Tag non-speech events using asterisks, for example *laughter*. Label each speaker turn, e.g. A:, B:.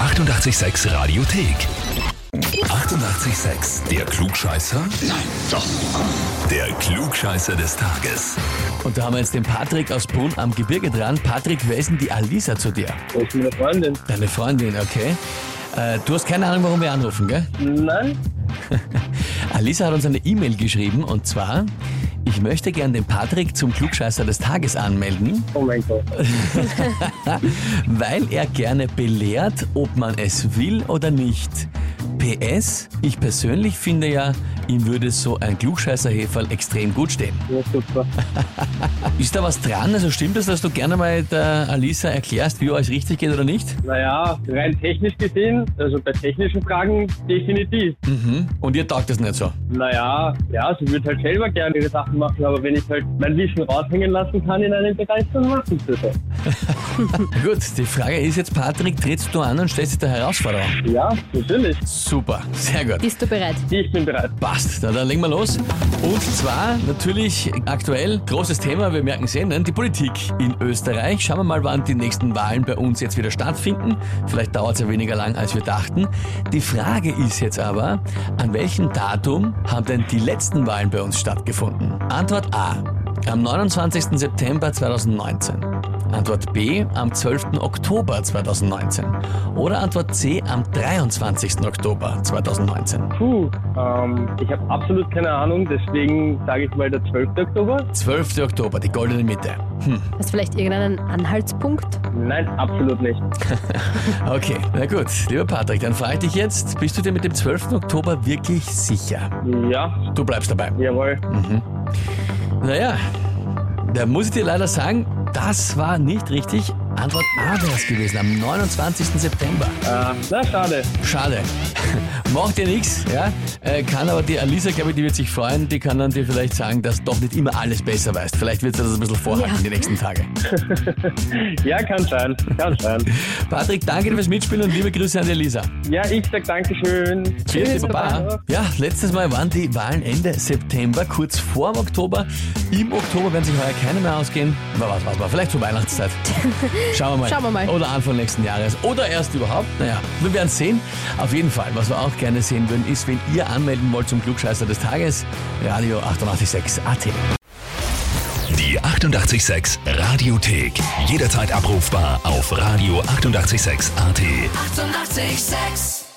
A: 886 Radiothek. 88,6. Der Klugscheißer? Nein, doch. Der Klugscheißer des Tages.
B: Und da haben wir jetzt den Patrick aus Brunn am Gebirge dran. Patrick, wer ist denn die Alisa zu dir?
C: Das ist meine Freundin.
B: Deine Freundin, okay. Äh, du hast keine Ahnung, warum wir anrufen, gell?
C: Nein?
B: Alisa hat uns eine E-Mail geschrieben und zwar, ich möchte gern den Patrick zum Klugscheißer des Tages anmelden,
C: Oh mein Gott.
B: weil er gerne belehrt, ob man es will oder nicht. PS, ich persönlich finde ja, ihm würde so ein Klugscheißerheferl extrem gut stehen.
C: Ja, Oh, super.
B: Ist da was dran? Also stimmt es, dass du gerne mal der Alisa erklärst, wie alles richtig geht oder nicht?
C: Naja, rein technisch gesehen, also bei technischen Fragen definitiv.
B: Mhm. Und ihr taugt das nicht so.
C: Naja, ja, sie würde halt selber gerne ihre Sachen machen, aber wenn ich halt mein Wissen raushängen lassen kann in einem Bereich, dann machen sie das.
B: Gut, die Frage ist jetzt, Patrick, trittst du an und stellst dich der Herausforderung?
C: Ja, natürlich.
B: Super, sehr gut.
D: Bist du bereit?
C: Ich bin bereit.
B: Passt, na, dann legen wir los. Und zwar natürlich aktuell großes Thema, wir merken es eh, ne? die Politik in Österreich. Schauen wir mal, wann die nächsten Wahlen bei uns jetzt wieder stattfinden. Vielleicht dauert es ja weniger lang, als wir dachten. Die Frage ist jetzt aber, an welchem Datum haben denn die letzten Wahlen bei uns stattgefunden? Antwort A, am 29. September 2019. Antwort B am 12. Oktober 2019 oder Antwort C am 23. Oktober 2019.
C: Puh, ähm, ich habe absolut keine Ahnung, deswegen sage ich mal der 12. Oktober.
B: 12. Oktober, die goldene Mitte. Hm,
D: Hast vielleicht irgendeinen Anhaltspunkt?
C: Nein, absolut nicht.
B: okay, na gut. Lieber Patrick, dann frage ich dich jetzt, bist du dir mit dem 12. Oktober wirklich sicher?
C: Ja,
B: Du bleibst dabei.
C: jawohl.
B: Naja, da muss ich dir leider sagen, das war nicht richtig. Antwort A wäre es gewesen, am 29. September.
C: Äh, na, schade.
B: Schade. *laughs* Macht dir nichts, ja? Äh, kann aber die Alisa, glaube ich, die wird sich freuen, die kann dann dir vielleicht sagen, dass du doch nicht immer alles besser weißt. Vielleicht wird sie das ein bisschen vorhalten
D: Ja.
B: die nächsten Tage.
C: Ja, kann sein. Kann sein.
B: Patrick, danke dir fürs Mitspielen und liebe Grüße an die Alisa.
C: Ja, ich sag Dankeschön.
B: Tschüss, Baba.
C: Baba.
B: Ja, letztes Mal waren die Wahlen Ende September, kurz vor dem Oktober. Im Oktober werden sich heuer keine mehr ausgehen. Na, was, was, was, vielleicht zur
D: *laughs*
B: Weihnachtszeit. Schauen wir mal.
D: Schauen wir mal.
B: Oder Anfang nächsten Jahres. Oder erst überhaupt. Naja, wir werden sehen. Auf jeden Fall, was wir auch gerne sehen würden, ist, wenn ihr anmelden wollt zum Klugscheißer des Tages, Radio 886 AT.
A: Die 88,6 Radiothek. Jederzeit abrufbar auf radio886.at. 88,6.
E: Eighty-eight, sex.